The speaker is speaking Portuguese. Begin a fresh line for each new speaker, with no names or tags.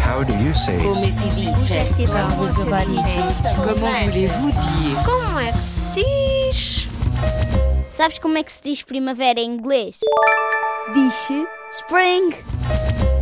How do you say?
Come si dice?
Como se diz?
Comment voulez-vous dire?
Como é que se diz?
Sabes como é que se diz primavera em inglês?
Diz
Spring!